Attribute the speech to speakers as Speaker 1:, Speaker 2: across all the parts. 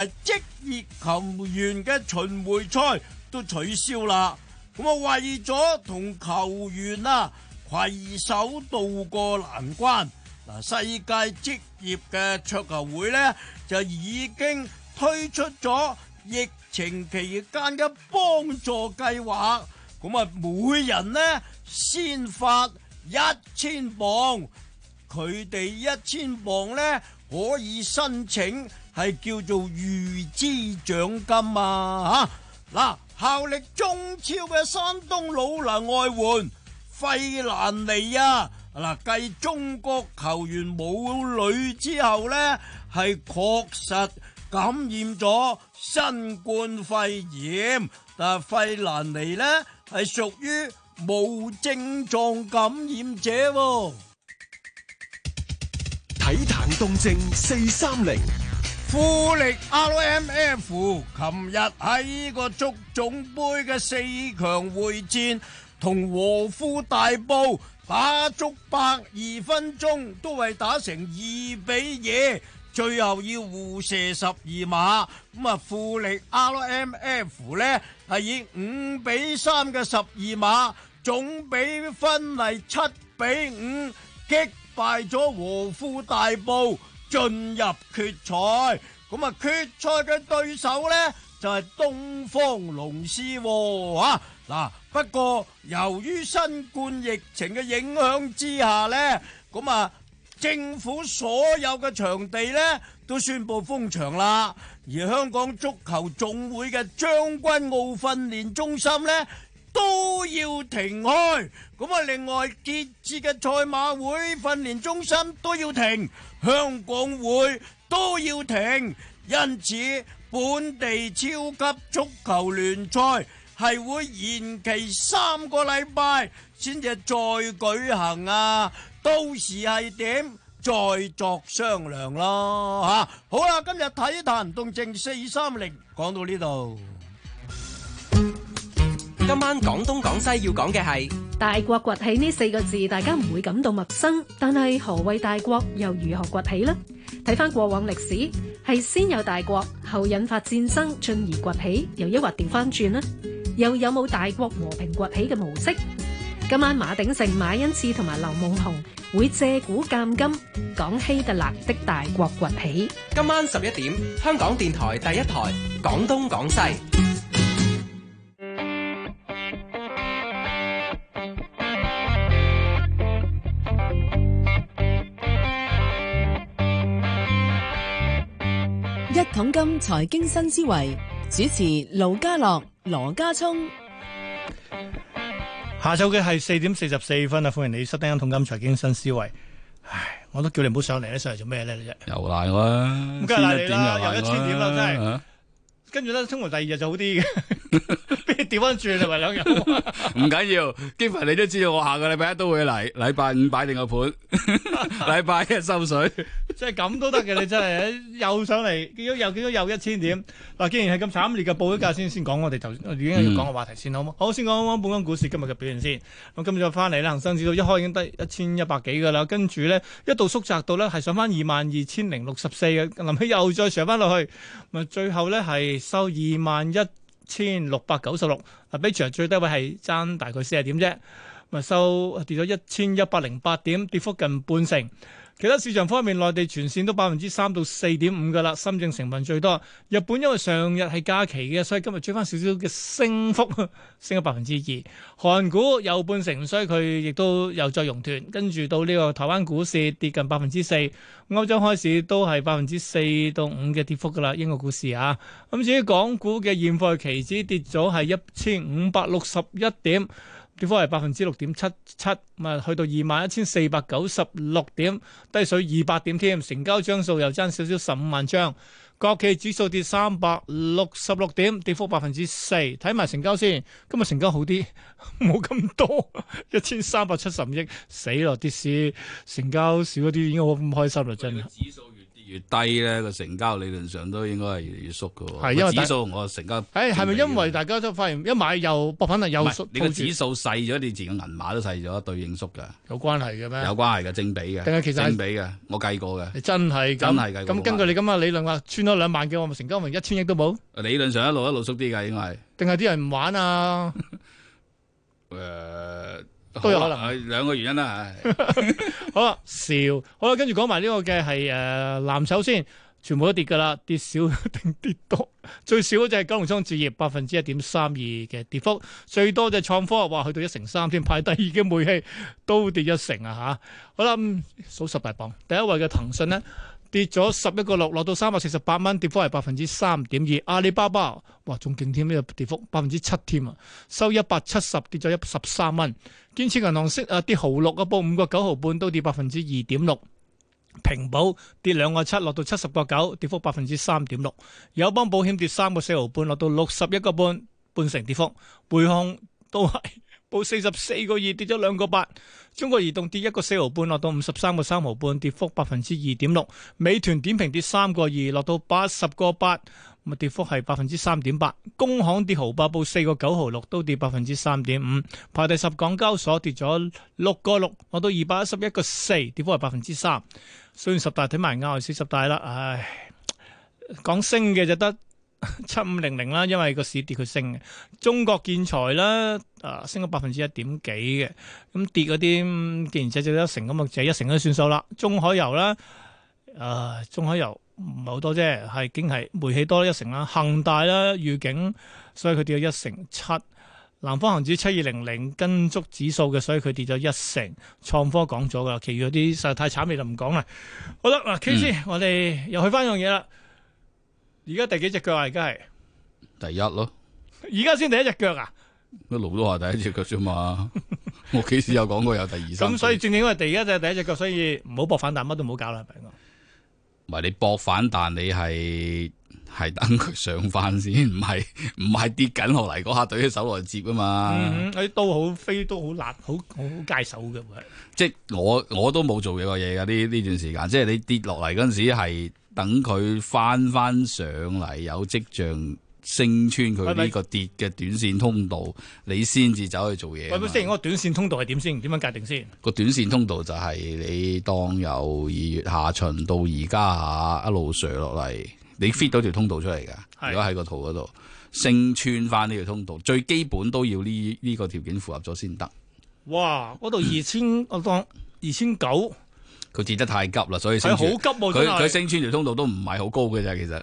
Speaker 1: 誒職業球員嘅巡迴賽都取消啦。咁啊，為咗同球員啊攜手渡過難關，嗱，世界職業嘅桌球會呢，就已經推出咗疫情期間嘅幫助計劃。咁啊，每人呢，先發一千磅。佢哋一千磅呢，可以申請係叫做預支獎金啊！嚇、嗱，效力中超嘅山東魯能外援費蘭尼啊，嗱，繼中國球員母女之後呢，係確實感染咗新冠肺炎，但係費蘭尼呢，係屬於無症狀感染者喎、
Speaker 2: 體壇動靜四三零，
Speaker 1: 富力 RMF 琴日喺呢個足總杯嘅四強會戰，同和夫大埔打足百二分鐘，都係打成二比二，最後要互射十二碼。咁啊，富力 RMF 呢係以五比三嘅十二碼總比分係七比五擊敗咗和夫大埔。進入決賽。咁啊，決賽嘅對手呢，就係、東方龍獅喎嚇嗱。不過由於新冠疫情嘅影響之下呢，咁啊，政府所有嘅場地呢，都宣布封場啦。而香港足球總會嘅將軍澳訓練中心呢，都要停開，咁啊，另外傑志嘅賽馬會訓練中心都要停，香港會都要停，因此本地超級足球聯賽係會延期三個禮拜先至再舉行啊！到時係點再作商量咯嚇、好啦，今日體壇動靜四三零講到呢度。
Speaker 3: 今晚廣東廣西要講嘅係
Speaker 4: 大國崛起呢四個字，大家唔會感到陌生，但係何謂大國又如何崛起呢？睇翻過往歷史，係先有大國，後引發戰爭，進而崛起，又抑或調翻轉呢？又有冇大國和平崛起嘅模式？今晚馬鼎盛、馬恩賜同埋劉夢紅會借古鑑今，講希特勒的大國崛起。
Speaker 3: 今晚十一點，香港電台第一台廣東廣西。
Speaker 5: 一桶金財經新思維主持盧家樂、羅家聰，
Speaker 6: 下晝嘅係四點四十四分啊！歡迎你收聽《一桶金財經新思維》。唉，我都叫你唔好上嚟咧，上嚟做咩咧？你啫。
Speaker 7: 又賴我啦，
Speaker 6: 咁梗係賴你
Speaker 7: 千一點
Speaker 6: 啦
Speaker 7: 賴
Speaker 6: 又一
Speaker 7: 我
Speaker 6: 千點啦真係
Speaker 7: 啊
Speaker 6: 跟住咧，通常第二日就好 啲嘅，俾你調翻轉係咪兩日？
Speaker 7: 唔緊要，基凡你都知道，我下個禮拜一都會嚟，禮拜五擺定個 盤，禮拜一收水。
Speaker 6: 即係咁都得嘅，你真係又上嚟，見到又見到又一千點。嗱，既然係咁慘烈嘅報一價先，先講我哋頭已經要講嘅話題先，好唔好？好，先講講本港股市今日嘅表現先。咁今日再翻嚟啦，恒生指數一開已經得一千一百幾㗎啦，跟住咧一度縮窄到咧係上翻二萬二千零六十四嘅，臨尾又再上翻落去，咪最後咧係收二萬一千六百九十六，啊，比全日最低位係爭大概四十點啫。咪收跌咗一千一百零八點，跌幅近半成。其他市場方面，內地全線都百分之三到四點五㗎啦，深證成分最多。日本因為上日係假期嘅，所以今日追翻少少嘅升幅， 升咗百分之二。韓股有半成，所以佢亦都又再熔斷，跟住到呢個台灣股市跌近百分之四，歐洲開市都係百分之四到五嘅跌幅㗎啦，英國股市啊。咁至於港股嘅現貨期指跌咗係一千五百六十一點。跌幅係百分之六點七七，咁啊去到二萬一千四百九十六點，低水二百點添，成交張數又爭少少十五萬張。國企指數跌三百六十六點，跌幅百分之四。睇埋成交先，今日成交好啲， 冇咁多，一千三百七十五億，死咯！跌市成交少咗啲，已經好唔開心啦，真係。
Speaker 7: 指數越跌越低咧，個成交理論上都應該係越嚟越縮嘅喎。
Speaker 6: 係因為
Speaker 7: 個
Speaker 6: 大
Speaker 7: 指數我成交，
Speaker 6: 誒係咪因為大家都發現一買又博品啊又
Speaker 7: 唔
Speaker 6: 縮
Speaker 7: 係你個
Speaker 6: 套住
Speaker 7: 指數細咗，你自己個銀碼都細咗，對應縮嘅，
Speaker 6: 有關係嘅
Speaker 7: 有
Speaker 6: 咩？
Speaker 7: 關係嘅正比嘅，
Speaker 6: 啊定係其實係
Speaker 7: 正比嘅，我計過嘅。
Speaker 6: 你真係
Speaker 7: 真係
Speaker 6: 咁
Speaker 7: 㗎
Speaker 6: 咁根據你咁嘅理論話，穿咗兩萬嘅，我咪成交咪一千億都冇？
Speaker 7: 理論上一路一路縮啲嘅，應該係。
Speaker 6: 定係啲人唔玩啊？
Speaker 7: 誒、
Speaker 6: 都有
Speaker 7: 好啦
Speaker 6: 可能
Speaker 7: 係兩個原因啦，係
Speaker 6: 好啦，笑， 好啦，跟住講埋呢個嘅係誒藍籌先，全部都跌㗎啦，跌少定 跌多，最少嗰只係九龍倉置業百分之一點三二嘅跌幅，最多就創科話去到一成三添，排第二嘅煤氣都跌一成啊吓，好啦，嗯數十大榜，第一位嘅騰訊呢。跌咗十一個六，落到三百四十八蚊，跌幅係百分之三點二。阿里巴巴哇，仲勁添呢個跌幅百分之七添啊，收一百七十，跌咗一十三蚊。建設銀行息啊跌毫六啊，報五個九毫半，都跌百分之二點六。平保跌兩個七，落到七十個九，跌幅百分之三點六。友邦保險跌三個四毫半，落到六十一個半，半成跌幅。匯控都係 報四十四個二，跌咗兩個八。中國移動跌一個四毫半，落到五十三個三毫半，跌幅百分之二點六。美團點評跌三個二，落到八十個八，咁啊跌幅係百分之三點八。工行跌毫八，報四個九毫六，都跌百分之三點五。 排第十，港交所跌咗六個六，落到二百一十一個四，跌幅係百分之三。雖然十大睇埋亞外四十大啦，唉，講升嘅就得七五零零啦，因為個市跌佢升嘅。中國建材啦，啊升咗百分之一點幾嘅，咁跌嗰啲嗯既然只只一成咁啊，就一成都算數啦。中海油啦，啊中海油唔係好多啫，係經係煤氣多一成啦，恒大啦預警，所以佢跌咗一成七。南方恒指七二零零跟足指數嘅，所以佢跌咗一成。創科講咗噶啦，其餘嗰啲實在太慘，你就唔講啦。好啦，
Speaker 7: 嗯
Speaker 6: 嗱，K 先，我哋又去翻樣嘢啦。而家第幾隻腳啊？而家係
Speaker 7: 第一咯，
Speaker 6: 而家先第一隻腳啊！
Speaker 7: 一路都話第一隻腳啫嘛。 我幾時有講過有第二三？
Speaker 6: 咁所以正正因為第一隻第一隻腳，所以唔好搏反彈，乜都唔好搞啦，係
Speaker 7: 啊
Speaker 6: 咪？
Speaker 7: 唔係你搏反彈，你係係等佢上翻先，唔係唔係跌緊落嚟嗰下對起手來接啊嘛。
Speaker 6: 嗯哼，嗰啲刀好飛刀好辣，好好好戒手嘅會係。
Speaker 7: 即係啊我我都冇做嘢過嘢噶呢呢段時間，即係你跌落嚟嗰陣時係等佢翻翻上嚟有跡象。升穿佢呢個跌嘅短線通道，你先至走去做嘢啊
Speaker 6: 喂，
Speaker 7: 嘛。
Speaker 6: 咁雖然嗰個短線通道係點先？點樣界定先？
Speaker 7: 個短線通道就係你當由二月下旬到而家啊一路上落嚟，你 fit 到條通道出嚟
Speaker 6: 係
Speaker 7: 㗎。如果喺個圖嗰度升穿翻呢條通道，最基本都要呢呢個條件符合咗先得。
Speaker 6: 哇！嗰度二千，我當二千九，
Speaker 7: 佢跌得太急啦，所以
Speaker 6: 係
Speaker 7: 升
Speaker 6: 好
Speaker 7: 穿
Speaker 6: 急喎，
Speaker 7: 佢
Speaker 6: 真
Speaker 7: 佢
Speaker 6: 係。
Speaker 7: 升穿條通道都唔係好高嘅啫，其實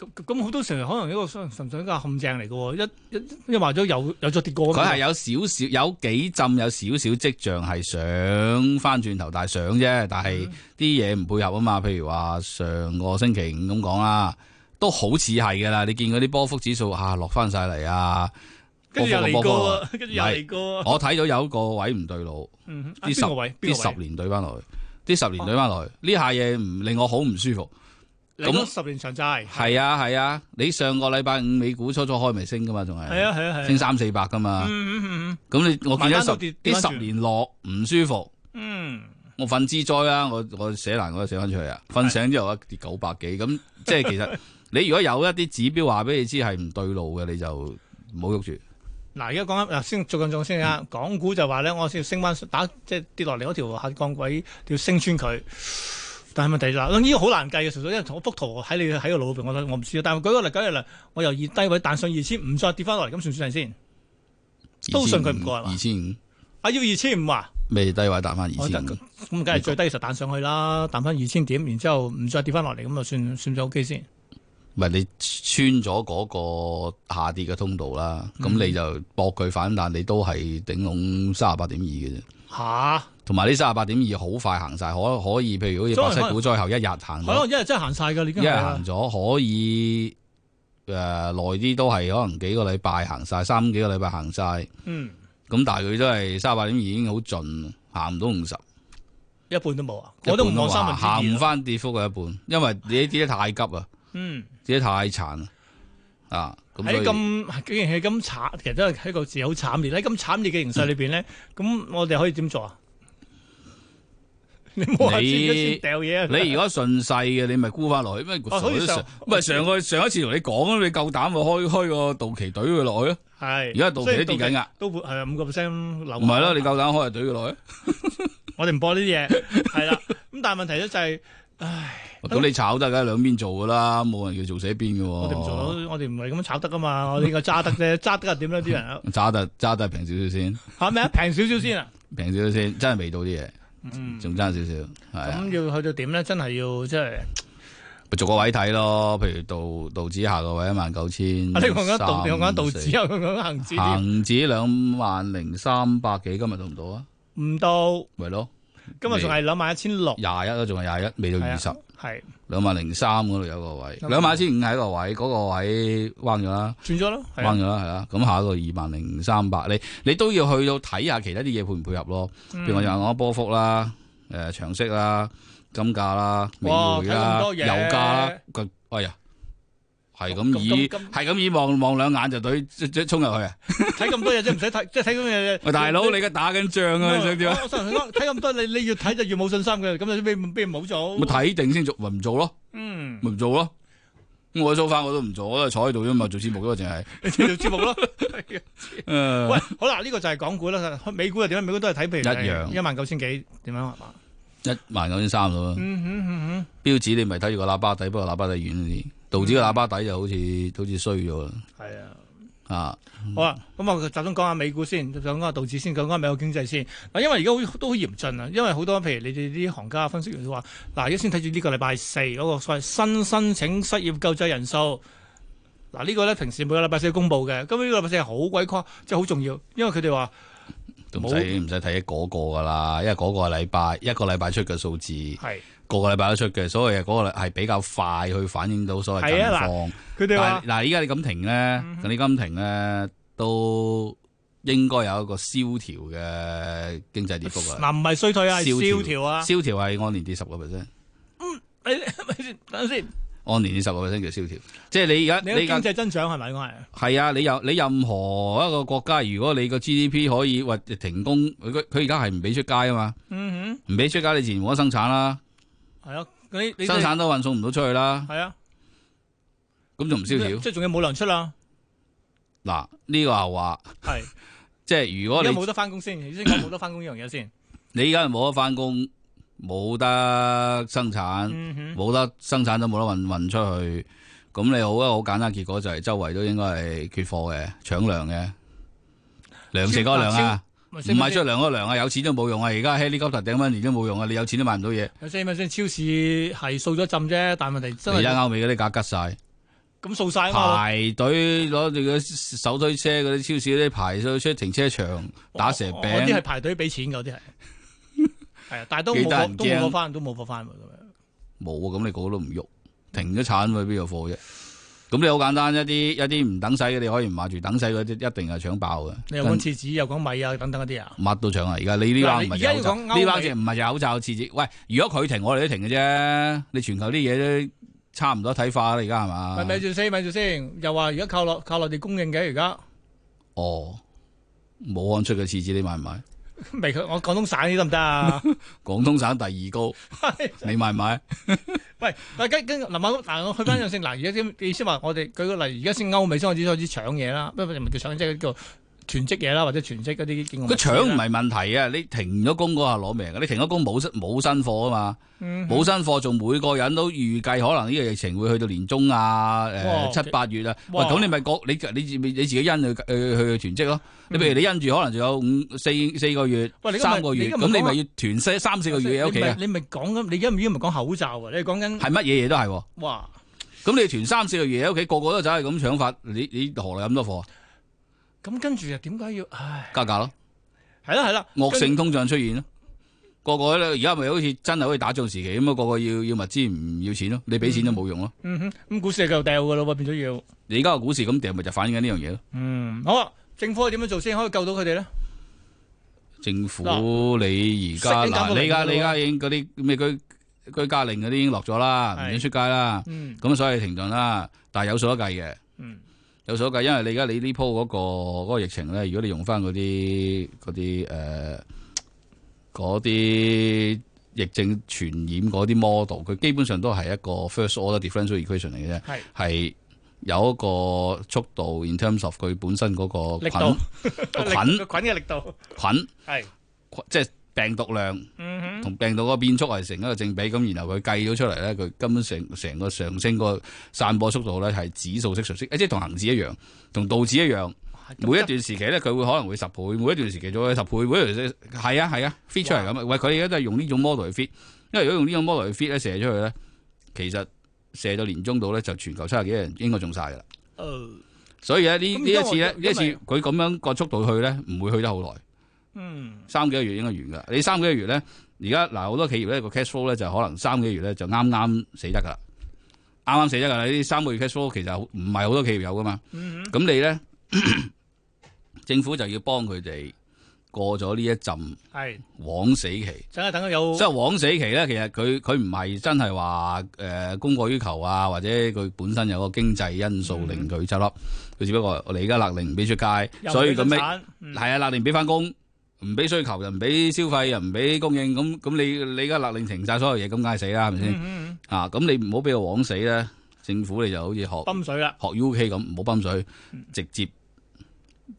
Speaker 6: 咁咁好多時候可能呢個純純粹一個陷阱嚟嘅喎，一一一話咗有有咗跌過㗎嘛。
Speaker 7: 佢係有少少有幾浸有少少跡象係想翻轉頭，但係想啫，但係
Speaker 6: 嗯
Speaker 7: 啲嘢唔配合啊嘛。譬如話上個星期五咁講啦，都好似係㗎啦。你見嗰啲波幅指數啊落翻晒 嚟啊，
Speaker 6: 跟住又嚟過啊，
Speaker 7: 波
Speaker 6: 跟住又嚟過啊。
Speaker 7: 我睇到有一個位唔對路，
Speaker 6: 嗯哼，
Speaker 7: 啲
Speaker 6: 邊個位？哦
Speaker 7: 啲
Speaker 6: 邊個
Speaker 7: 哦十
Speaker 6: 位？
Speaker 7: 年對翻落去，啲十年對翻落去，呢下嘢唔令我好唔舒服。
Speaker 6: 你講
Speaker 7: 咁
Speaker 6: 十年長債
Speaker 7: 係啊係啊，你上個禮拜五美股初初開咪升㗎嘛，仲係
Speaker 6: 係啊係啊係啊。
Speaker 7: 升三四百㗎嘛。
Speaker 6: 嗯嗯嗯
Speaker 7: 咁你我見
Speaker 6: 埋單
Speaker 7: 咗
Speaker 6: 都
Speaker 7: 十
Speaker 6: 跌跌
Speaker 7: 呢
Speaker 6: 返
Speaker 7: 十
Speaker 6: 轉
Speaker 7: 年落唔舒服，
Speaker 6: 嗯，
Speaker 7: 我瞓之災啦，我我寫難我都寫翻出嚟啊！瞓醒之後啊跌九百幾，咁 即係其實你如果有一啲指標話俾你知係唔對路嘅，你就唔好喐住。
Speaker 6: 嗱，而家講緊嗱，先最近仲先
Speaker 7: 嗯
Speaker 6: 啊，港股就話咧，我先要升翻打即係跌落嚟嗰條下降軌，要升穿佢。但係問題就嗱，呢個好難計嘅，純粹因為我幅圖喺你喺個腦入邊，我我唔知啊。但係舉個例，舉個例，我由二低位彈上二千五，再跌翻落嚟，咁算唔算係先？都信佢唔過係嘛
Speaker 7: 二千五
Speaker 6: 啊，要二千五啊！
Speaker 7: 未低位打翻二
Speaker 6: 我覺
Speaker 7: 千
Speaker 6: 得
Speaker 7: 五
Speaker 6: 咁，咁梗係最低嘅時候彈上去啦，彈翻二千點，然之後唔再跌翻落嚟，咁就算算咗 OK 先。
Speaker 7: 唔係你穿咗嗰個下跌嘅通道啦，咁
Speaker 6: 嗯
Speaker 7: 你就搏佢反彈，你都係頂籠三十八點二嘅啫。
Speaker 6: 吓、
Speaker 7: 同埋呢三十八點二好快行晒，可可以譬如好似巴西股災後一日行
Speaker 6: 可
Speaker 7: 咗
Speaker 6: 能一日真係行晒㗎，你已經
Speaker 7: 一係
Speaker 6: 係
Speaker 7: 行咗可以誒耐啲都係可能幾個禮拜行晒，三幾個禮拜行晒。咁
Speaker 6: 嗯，
Speaker 7: 但係佢都係三十八點已經好盡，行唔到五十，
Speaker 6: 一半都冇啊，我都唔
Speaker 7: 一半
Speaker 6: 望三分之
Speaker 7: 行唔
Speaker 6: 二啊。
Speaker 7: 翻跌幅嘅一半，因為你跌得太急啊，
Speaker 6: 嗯，
Speaker 7: 跌得太殘啊，啊咁
Speaker 6: 喺
Speaker 7: 所以
Speaker 6: 咁既然係咁慘，其實都係喺個字好
Speaker 7: 嗯
Speaker 6: 慘烈。喺咁慘烈嘅形勢裏邊咧，咁、我哋可以點做啊？你冇下次
Speaker 7: 你
Speaker 6: 先掉嘢啊！
Speaker 7: 你如果順勢嘅，你咪沽翻落去。咩
Speaker 6: 哦好似
Speaker 7: 上
Speaker 6: 上
Speaker 7: 唔係上個上一次同你講，啊你夠膽咪開開個到期隊佢落去咯？ 啊
Speaker 6: 係
Speaker 7: 而家道
Speaker 6: 所以
Speaker 7: 期都跌緊㗎
Speaker 6: 道期都會係五啊個 percent 流。
Speaker 7: 唔係咯，你夠膽開個隊佢落去？
Speaker 6: 我哋唔播呢啲嘢，係啦。咁但係問題咧就係，唉，
Speaker 7: 咁你炒得梗係兩邊做噶啦，冇人叫做寫邊嘅喎。
Speaker 6: 我哋唔做到，我哋唔係咁樣炒得噶嘛。我哋個揸得 啫，揸得係點咧？啲人
Speaker 7: 揸得揸得平少少先，
Speaker 6: 嚇咩啊？ 平少少先啊！
Speaker 7: 平少少先，真係味道啲嘢，
Speaker 6: 嗯，
Speaker 7: 仲爭少少，係啊，
Speaker 6: 咁要去到點咧？真係要即係，
Speaker 7: 咪逐個位睇咯，譬如道道指下個位一萬九千，你
Speaker 6: 啊你講緊道，你講緊道指，又啊講緊行指添，
Speaker 7: 恒指兩萬零三百幾，今日到唔到啊？
Speaker 6: 唔到
Speaker 7: 咪咯，
Speaker 6: 今日仲係兩萬一千六，
Speaker 7: 廿一啦，仲係廿一，未到
Speaker 6: 係啊
Speaker 7: 二十，
Speaker 6: 係
Speaker 7: 兩萬零三嗰度有個位，
Speaker 6: 咁
Speaker 7: 兩萬一千五喺個位，嗰個位彎咗啦，
Speaker 6: 轉咗咯，係啊
Speaker 7: 彎咗啦，係啦，咁下一個二萬零三百，你你都要去到睇下其他啲嘢配唔配合咯，
Speaker 6: 嗯
Speaker 7: 譬如我又講波幅啦，誒長息啦，金價啦，美
Speaker 6: 哇
Speaker 7: 匯
Speaker 6: 睇咁
Speaker 7: 啦，
Speaker 6: 多嘢哦
Speaker 7: 油價啦，個哎呀，係咁以
Speaker 6: 咁咁咁
Speaker 7: 係咁以望望兩眼就對即即衝入去啊！
Speaker 6: 睇咁多嘢真係唔使睇， 即係睇咁多嘢。
Speaker 7: 喂，大佬你而家打緊仗啊，你想點啊？
Speaker 6: 我我想講睇咁多，你你越睇就越冇信心嘅，咁就咩咩唔好做
Speaker 7: 咪。睇定先做，咪唔做咯，
Speaker 6: 嗯，
Speaker 7: 咪唔做咯。我做翻我都唔做，我都係坐喺度啫嘛，做節目啫嘛，淨係。
Speaker 6: 你做節目 咯。係啊
Speaker 7: 誒
Speaker 6: 喂，好啦，呢個就係港股啦。美股又點啊咧？美股都係睇譬如
Speaker 7: 嗯一樣
Speaker 6: 一萬九千幾點樣啊係嘛？
Speaker 7: 一萬九千三到啦。
Speaker 6: 嗯哼嗯
Speaker 7: 標指你咪睇住個喇叭底，不過喇叭底遠啲。道指個喇叭底就好似好似衰咗啦。
Speaker 6: 哼，係啊。
Speaker 7: 啊，
Speaker 6: 好啦，咁我集中講下美股先，想講下道指先，講下美國經濟先。嗱，因為而家好都好嚴峻啊，因為好多譬如你哋啲行家分析員都話，嗱，而家先睇住呢個禮拜四嗰個所謂新申請失業救濟人數。嗱，呢個咧平時每個禮拜四公佈嘅，咁呢個禮拜四係好鬼誇，即係好重要，因為佢哋話
Speaker 7: 都唔使唔使睇嗰個噶啦，因為嗰個係禮拜一個禮拜出嘅數字，
Speaker 6: 係
Speaker 7: 個個禮拜都出嘅，所以嗰個係比較快去反映到所謂
Speaker 6: 係
Speaker 7: 近
Speaker 6: 啊
Speaker 7: 況。
Speaker 6: 佢哋
Speaker 7: 但係
Speaker 6: 話嗯
Speaker 7: 嗱，依家你咁停咧，你咁停咧，都應該有一個蕭條嘅經濟跌幅啦。
Speaker 6: 嗱唔係衰退啊，係蕭條啊。
Speaker 7: 蕭條係按年跌十個 percent，
Speaker 6: 你咪先等陣先，
Speaker 7: 按年跌十個 percent 叫蕭條。即係你而家
Speaker 6: 你
Speaker 7: 你
Speaker 6: 嘅經
Speaker 7: 而家
Speaker 6: 濟增長係咪講係？
Speaker 7: 係啊，你有你任何一個國家，如果你個 GDP 可以或停工，佢佢而家係唔俾出街啊嘛，
Speaker 6: 嗯
Speaker 7: 唔俾出街你自然冇得生產啦，
Speaker 6: 哼，係啊，你你
Speaker 7: 生產都運送唔到出去啦，
Speaker 6: 係啊，
Speaker 7: 咁就唔
Speaker 6: 即
Speaker 7: 蕭條。
Speaker 6: 係仲要冇糧出啦，
Speaker 7: 嗱，呢個係話，
Speaker 6: 係。
Speaker 7: 即係如
Speaker 6: 而
Speaker 7: 果
Speaker 6: 家
Speaker 7: 你
Speaker 6: 冇得翻工先，先講冇得翻工呢樣嘢先。
Speaker 7: 你而家冇得翻工，冇得生產。
Speaker 6: 嗯哼，
Speaker 7: 冇得生產都冇得運運出去，咁你好一啊個好簡單結果就係周圍都應該係缺貨嘅、搶糧嘅，糧食嗰個糧啊，
Speaker 6: 唔
Speaker 7: 唔係出糧嗰個糧啊，有錢都冇用啊！而家 helicopter 頂蚊年都冇用啊，你有錢都買唔到嘢，
Speaker 6: 有先咪先，超市係掃咗浸啫，但係問題真
Speaker 7: 而家
Speaker 6: 係
Speaker 7: 歐美嗰啲價吉晒，
Speaker 6: 咁掃晒啊嘛。
Speaker 7: 排隊攞住個手推車嗰啲超市嗰啲排咗出停車場打蛇
Speaker 6: 我哦我啲係
Speaker 7: 餅，
Speaker 6: 排隊俾錢嗰啲係， 係啊，但係都
Speaker 7: 幾
Speaker 6: 冇
Speaker 7: 得
Speaker 6: 貨
Speaker 7: 人
Speaker 6: 都冇貨
Speaker 7: 驚
Speaker 6: 翻，都冇貨翻喎咁樣。
Speaker 7: 冇啊！咁你個個都唔喐，停咗產咪邊有貨啫？咁你好簡單，一啲一啲唔等使嘅你可以唔買住，等使嗰啲一定係搶爆嘅。
Speaker 6: 你又講廁紙，又講米啊等等嗰啲啊。
Speaker 7: 乜都搶啊！而家你呢班唔
Speaker 6: 嗱
Speaker 7: 係
Speaker 6: 你而家要
Speaker 7: 有口罩，
Speaker 6: 講歐美
Speaker 7: 呢班只唔係有口罩次次。喂，如果佢停，我哋都停嘅啫。你全球啲嘢都差唔多睇化啦，而家係
Speaker 6: 咪咪
Speaker 7: 嘛？
Speaker 6: 住先，咪住先，又話而家靠落靠內地供應嘅而家。
Speaker 7: 哦，武漢出嘅廁紙你買唔買？
Speaker 6: 未佢我廣東省啲得唔得 啊？
Speaker 7: 廣東省第二 高，你買唔買？
Speaker 6: 喂，但係跟跟嗱，我嗱我去翻樣先，嗱而家先意思話我哋舉個例，而家先歐美先開始開始搶嘢啦，不過唔係叫搶，即係叫全職嘢啦，或者全職嗰啲經
Speaker 7: 佢搶唔係問題啊！你停咗工嗰下攞命嘅，你停咗工冇新冇新貨啊嘛，
Speaker 6: 嗯
Speaker 7: 冇新貨仲每個人都預計可能呢個疫情會去到年中啊，
Speaker 6: 哇
Speaker 7: 誒七八月啊，喂
Speaker 6: 哇
Speaker 7: 咁你咪個你你自你自己因去去去囤積咯。你譬如你因住可能仲有五四四個月
Speaker 6: 嗯喂你今日、
Speaker 7: 三個月，
Speaker 6: 你今日
Speaker 7: 咁你
Speaker 6: 講啊
Speaker 7: 咪要囤四三四個月喺屋企啊，
Speaker 6: 你咪講緊，你而家唔依唔係講口罩啊，你係講緊
Speaker 7: 係乜嘢嘢都係喎。
Speaker 6: 哇，
Speaker 7: 咁你囤三四個月喺屋企，個個都走係咁搶法，你你何來咁多貨啊？
Speaker 6: 咁跟住又點解要唉？
Speaker 7: 加價咯。
Speaker 6: 係啦係啦，
Speaker 7: 惡性通脹出現咯。個個咧而家咪好似真係好似打仗時期咁啊！個個要要物資唔要錢咯，你俾錢都冇用咯。
Speaker 6: 嗯哼，咁股市就繼續掉噶咯喎，變咗要
Speaker 7: 你而家個股市咁掉，咪就反映緊呢樣嘢咯。
Speaker 6: 嗯好啊，政府可以點樣做先可以救到佢哋咧？
Speaker 7: 政府你而家
Speaker 6: 息已經減到
Speaker 7: 嗱，
Speaker 6: 零
Speaker 7: 你而家
Speaker 6: 㗎啦喎
Speaker 7: 你而家已經嗰啲咩居居家令嗰啲已經落咗啦，
Speaker 6: 係
Speaker 7: 唔准出街啦，
Speaker 6: 嗯
Speaker 7: 咁所以停頓啦。但係有數得計嘅，
Speaker 6: 嗯
Speaker 7: 有數得計，因為你而家你呢鋪嗰個嗰個疫情咧，如果你用翻嗰啲嗰啲誒嗰啲疫症傳染嗰啲 model，佢基本上都係一個 first order differential equation 嚟嘅啫
Speaker 6: 係，
Speaker 7: 係有一個速度 in terms of 佢本身嗰個
Speaker 6: 力
Speaker 7: 菌
Speaker 6: 度
Speaker 7: 個
Speaker 6: 力
Speaker 7: 菌
Speaker 6: 個菌嘅力度
Speaker 7: 菌
Speaker 6: 係，
Speaker 7: 即係病毒量
Speaker 6: 嗯
Speaker 7: 同病毒個變速係成一個正比，咁然後佢計咗出嚟咧，佢根本成成個上升個散播速度咧係指數式上升，誒即係同恒指一樣，同道指一樣。
Speaker 6: 哼，
Speaker 7: 每一段時期咧，佢會可能會十倍，每一段時期再十倍，每一段時係啊係啊 fit 出嚟咁啊。喂，佢而家都係用呢種 model 去 fit，因為如果用呢種 model 去 fit 咧射出去咧，其實射到年中度咧就全球七十幾人應該中晒㗎啦。
Speaker 6: 呃
Speaker 7: 所以咧呢
Speaker 6: 咁
Speaker 7: 呢一次咧
Speaker 6: 因為
Speaker 7: 呢一次
Speaker 6: 因為
Speaker 7: 佢咁樣個速度去咧，唔會去得好耐，
Speaker 6: 嗯
Speaker 7: 三幾個月應該完㗎。你三幾個月咧，而家嗱好多企業咧個 cash flow 咧就可能三幾個月咧就啱啱死得㗎啦，啱啱死得㗎啦。呢三個月 cash flow 其實好唔係好多企業有㗎嘛。
Speaker 6: 嗯
Speaker 7: 咁你咧， 政府就要幫佢哋過咗呢一陣
Speaker 6: 哼，係，
Speaker 7: 枉死期。
Speaker 6: 等下等下有
Speaker 7: 即係枉死期咧，其實佢佢唔係真係話誒供過於求啊，或者佢本身有個經濟因素令佢執笠，佢、只不過我哋而家勒令唔俾出街，
Speaker 6: 又
Speaker 7: 所以
Speaker 6: 俾
Speaker 7: 咁
Speaker 6: 佢
Speaker 7: 咩
Speaker 6: 產嗯
Speaker 7: 係啊勒令唔俾翻工，唔俾需求又唔俾消費又唔俾供應，咁咁你你而家勒令停晒所有嘢，咁梗係死啦，係咪
Speaker 6: 嗯
Speaker 7: 先？
Speaker 6: 哼嗯
Speaker 7: 啊，咁你唔好俾佢枉死咧，政府你就好似學
Speaker 6: 哼泵水啦，
Speaker 7: 學 UK 咁，唔好泵水，
Speaker 6: 嗯
Speaker 7: 直接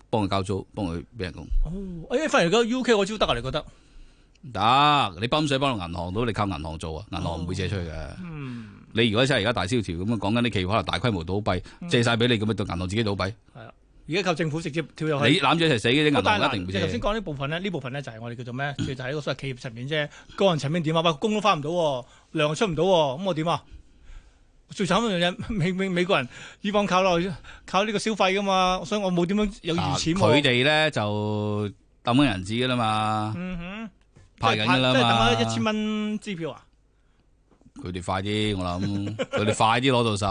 Speaker 7: 幫佢交租，幫佢俾人工。
Speaker 6: 哦，哎反而個 U K 嗰招得啊，你覺得？
Speaker 7: 得，你泵水幫到銀行到，你靠銀行做啊，銀行唔會借出去嘅。
Speaker 6: 嗯，
Speaker 7: 你如果真係而家大蕭條咁啊，講緊啲企業可能大規模倒閉，借晒俾你咁啊，到銀行自己倒閉，
Speaker 6: 而家靠政府直接跳入去。
Speaker 7: 你攬住一齊死嘅啲銀
Speaker 6: 但
Speaker 7: 行
Speaker 6: 係
Speaker 7: 一定
Speaker 6: 嗱，
Speaker 7: 唔會
Speaker 6: 即係頭
Speaker 7: 借嗯
Speaker 6: 先。講呢部分咧，呢部分咧就係我哋叫做咩？就係一個所謂企業層面啫。個人層面點啊？喂，工都翻唔到喎，糧又出唔到喎，咁我點啊？最慘一樣嘢，美美美國人以往靠落去靠呢個消費噶嘛，所以我冇點樣有
Speaker 7: 啊
Speaker 6: 餘錢喎
Speaker 7: 佢哋咧就抌緊銀紙噶啦嘛，
Speaker 6: 嗯哼，
Speaker 7: 派緊噶啦
Speaker 6: 即係等
Speaker 7: 嘛。
Speaker 6: 咗一千蚊支票啊！
Speaker 7: 佢哋快啲，我諗佢哋快啲攞到手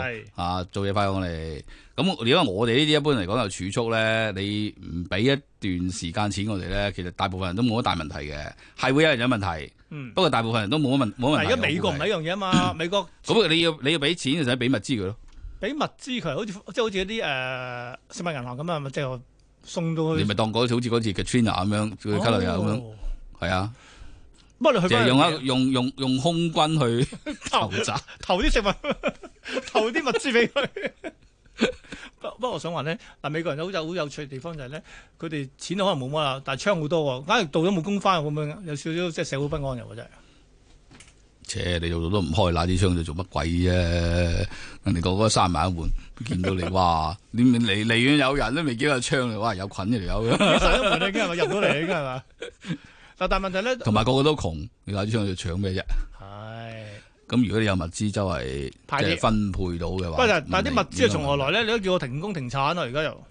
Speaker 6: 係，
Speaker 7: 啊做嘢快過我哋。咁如果我哋呢啲一般嚟講就儲蓄咧，你唔俾一段時間錢我哋咧，其實大部分人都冇乜大問題嘅，係會有人有問題，
Speaker 6: 嗯，
Speaker 7: 不過大部分人都冇乜問冇乜問
Speaker 6: 但係
Speaker 7: 題。
Speaker 6: 而家美國唔係一樣嘢啊 嘛，美國
Speaker 7: 我估計咁你要你要俾錢就使俾物資佢咯，
Speaker 6: 俾物資佢，好似即係好似啲誒食物銀行咁啊，咪即係送到
Speaker 7: 你
Speaker 6: 去
Speaker 7: 咪當嗰好似嗰次 Katrina 咁樣，佢卡路里亞啊咁樣，
Speaker 6: 哦
Speaker 7: 係啊，
Speaker 6: 乜你去
Speaker 7: 就
Speaker 6: 返
Speaker 7: 係用一啊用用用空軍去
Speaker 6: 投
Speaker 7: 投擲。
Speaker 6: 投啲食物， 投啲物資俾佢。 不不過我想話咧，嗱美國人好有好有趣嘅地方就係咧，佢哋錢可能冇乜啦，但係槍好多喎。假如到咗冇工翻，會唔會有少少即係社會不安 又真係？
Speaker 7: 切，你做到都唔開，嗱啲槍就做乜鬼啫？人哋個個閂埋一門，見到你 哇！你咪離離遠有人都未見過有槍嚟，哇！有 菌嘅條友，
Speaker 6: 閂咗門啦已經係咪入到嚟已經係 嘛？嗱，但係問題咧，
Speaker 7: 同埋個個都窮，你攞支槍去搶咩啫？
Speaker 6: 係
Speaker 7: 咁如果你有物資周圍
Speaker 6: 派
Speaker 7: 即
Speaker 6: 啲
Speaker 7: 係分配到嘅
Speaker 6: 不
Speaker 7: 話，
Speaker 6: 過但係但係啲物資係啊從何
Speaker 7: 來？
Speaker 6: 來咧？你都叫我停工停產啊啦，而家又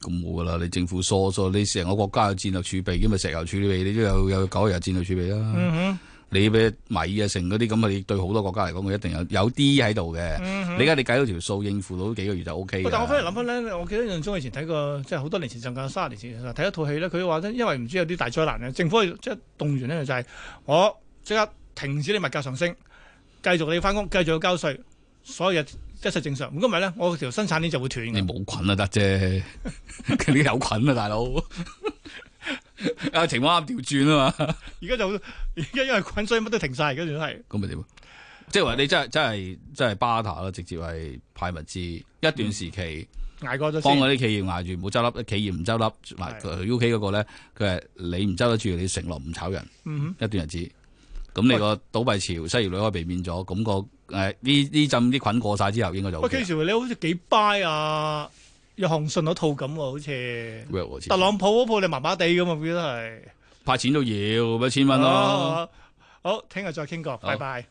Speaker 7: 咁冇噶啦，你政府疏疏，你成個國家有戰略儲備，咁咪石油儲備，你都有有九日戰略儲備啦。
Speaker 6: 嗯
Speaker 7: 你俾米啊，剩嗰啲咁啊，你對好多國家嚟講，佢一定有有啲喺度嘅。
Speaker 6: 嗯
Speaker 7: 你而家你計到條數，應付到幾個月就 O K
Speaker 6: 哼。但我反而
Speaker 7: 嘅。
Speaker 6: 諗翻咧，我記得印象中以前睇過，即係好多年前，甚至三十年前睇一套戲咧，佢話咧，因為唔知有啲大災難咧，政府即係動員咧就係、我即刻停止你物價上升，繼續你翻工，繼續要交税，所有嘢一切正常。如果唔係咧，我條生產鏈就會斷
Speaker 7: 你
Speaker 6: 嘅。
Speaker 7: 冇菌啊得 啫，你有菌啊大佬。啊情況啱調轉啊嘛，
Speaker 6: 而家就而家因為菌，所以乜都停晒，而家就係
Speaker 7: 咁咪點啊？即係話你真係真係真係巴塔啦，直接係派物資一段時期，
Speaker 6: 捱過咗
Speaker 7: 幫
Speaker 6: 先。
Speaker 7: 嗰啲企業捱住唔好執笠，企業唔執笠，埋
Speaker 6: 嗯係
Speaker 7: U K 嗰個咧，佢係你唔執得住，你承諾唔炒人。
Speaker 6: 嗯哼
Speaker 7: 一段日子。咁你個倒閉潮、失業率可以避免咗，咁、個誒呢呢陣啲菌過晒之後，應該就
Speaker 6: 喂
Speaker 7: OK
Speaker 6: ，K
Speaker 7: 啦。
Speaker 6: 少你好似幾 buy 啊約翰遜嗰套咁喎，好似
Speaker 7: work 喎似
Speaker 6: 特朗普嗰套你麻麻地咁啊，我覺得係。
Speaker 7: 啊
Speaker 6: 哦啊
Speaker 7: 派錢都要，咪一千蚊咯。
Speaker 6: 好，聽日再傾過，拜拜。